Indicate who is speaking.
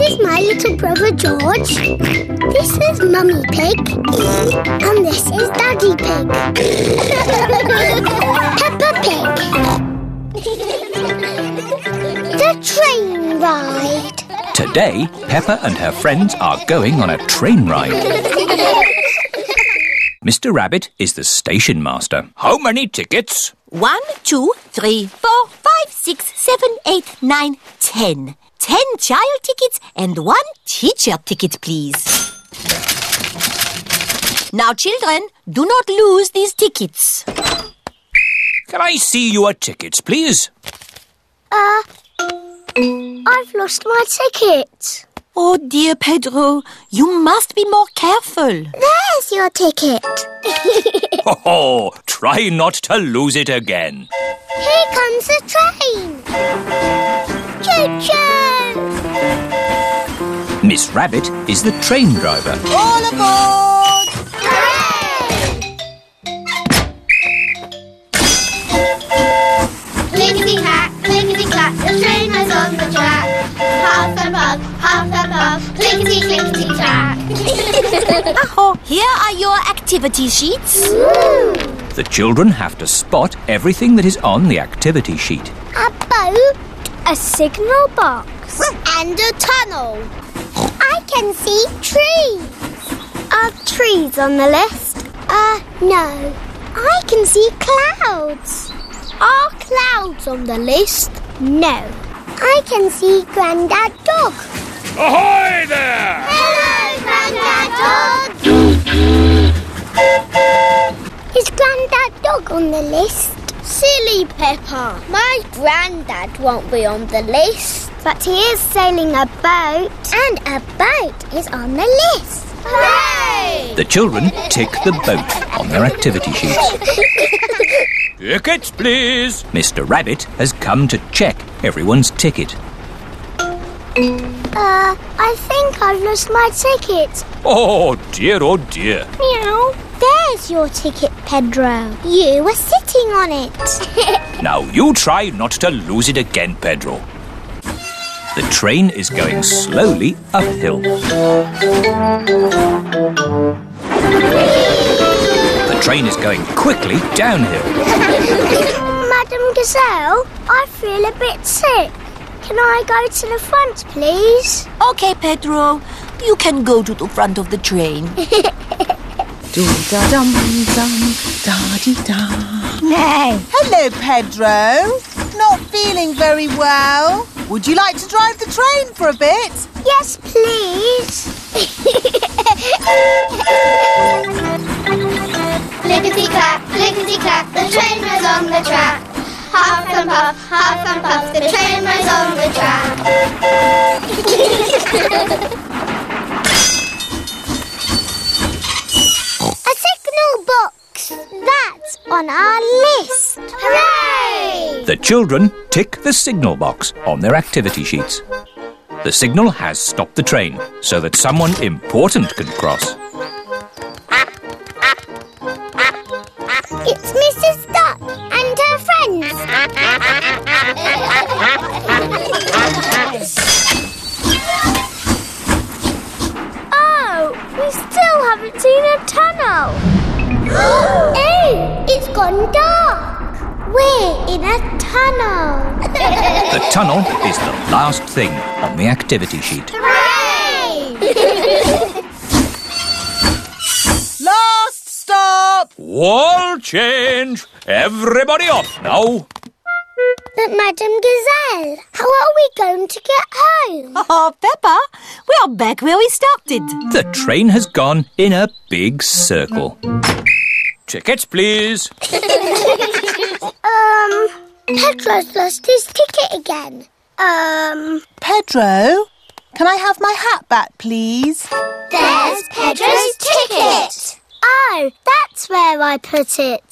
Speaker 1: little brother George. This is Mummy Pig. And this is Daddy Pig. Peppa Pig. The train ride.
Speaker 2: Today, Peppa and her friends are going on a train ride. Mr. Rabbit is the station master. How many tickets?
Speaker 3: One, two, three, four, five, six, seven, eight, nine, ten. Ten child tickets and one teacher ticket, please. Now, children, do not lose these tickets.
Speaker 2: Can I see your tickets, please?
Speaker 1: Uh, I've lost my ticket.
Speaker 3: Oh, dear Pedro, you must be more careful.
Speaker 1: There's your ticket.
Speaker 2: Ho ho! Try not to lose it again.
Speaker 1: Here comes the train. Choo-choo!
Speaker 2: Miss Rabbit is the train driver.
Speaker 3: All aboard!
Speaker 4: Clickety clack, clickety clack, the train is on the track. Half the bug, half the bug, clickety clickety clack.
Speaker 3: Aho, here are your activity sheets.
Speaker 2: The children have to spot everything that is on the activity sheet.
Speaker 1: A boat, a signal box, and a tunnel. I can see trees. Are trees on the list? Uh, no. I can see clouds. Are clouds on the list? No. I can see Grandad Dog.
Speaker 2: Ahoy there!
Speaker 1: Hello, Grandad Dog! Is Grandad Dog on the list? Silly Peppa, my Grandad won't be on the list. But he is sailing a boat. And a boat is on the list. Hooray!
Speaker 2: The children tick the boat on their activity sheets. Tickets, please! Mr. Rabbit has come to check everyone's ticket.
Speaker 1: Uh, I think I've lost my ticket.
Speaker 2: Oh dear, oh dear.
Speaker 1: Meow. There's your ticket, Pedro. You were sitting on it.
Speaker 2: Now you try not to lose it again, Pedro. The train is going slowly uphill. The train is going quickly downhill.
Speaker 1: Madam Gazelle, I feel a bit sick. Can I go to the front, please?
Speaker 3: Okay, Pedro, you can go to the front of the train.
Speaker 5: Dum dum da dee da.
Speaker 1: No.
Speaker 6: Hello, Pedro. Not feeling very well. Would you like to drive the train for a bit?
Speaker 1: Yes, please.
Speaker 4: Clickety clack, clickety clack, the train is on the track. Half and puff, half and puff, the train is on the track.
Speaker 1: a signal box. That's on our list. Hooray!
Speaker 2: The children tick the signal box on their activity sheets. The signal has stopped the train so that someone important can cross.
Speaker 1: It's Mrs. Duck and her friends. oh, we still haven't seen a tunnel. oh, it's gone dark. We're in a tunnel.
Speaker 2: The tunnel is the last thing on the activity sheet.
Speaker 1: Hooray!
Speaker 6: Last stop.
Speaker 2: Wall change! Everybody up now!
Speaker 1: But Madam Gazelle, how are we going to get home?
Speaker 3: Oh, Peppa, we are back where we started.
Speaker 2: The train has gone in a big circle. Tickets, please.
Speaker 1: Um, Pedro's lost his ticket again. Um,
Speaker 6: Pedro, can I have my hat back, please?
Speaker 1: There's Pedro's ticket. Oh, that's where I put it.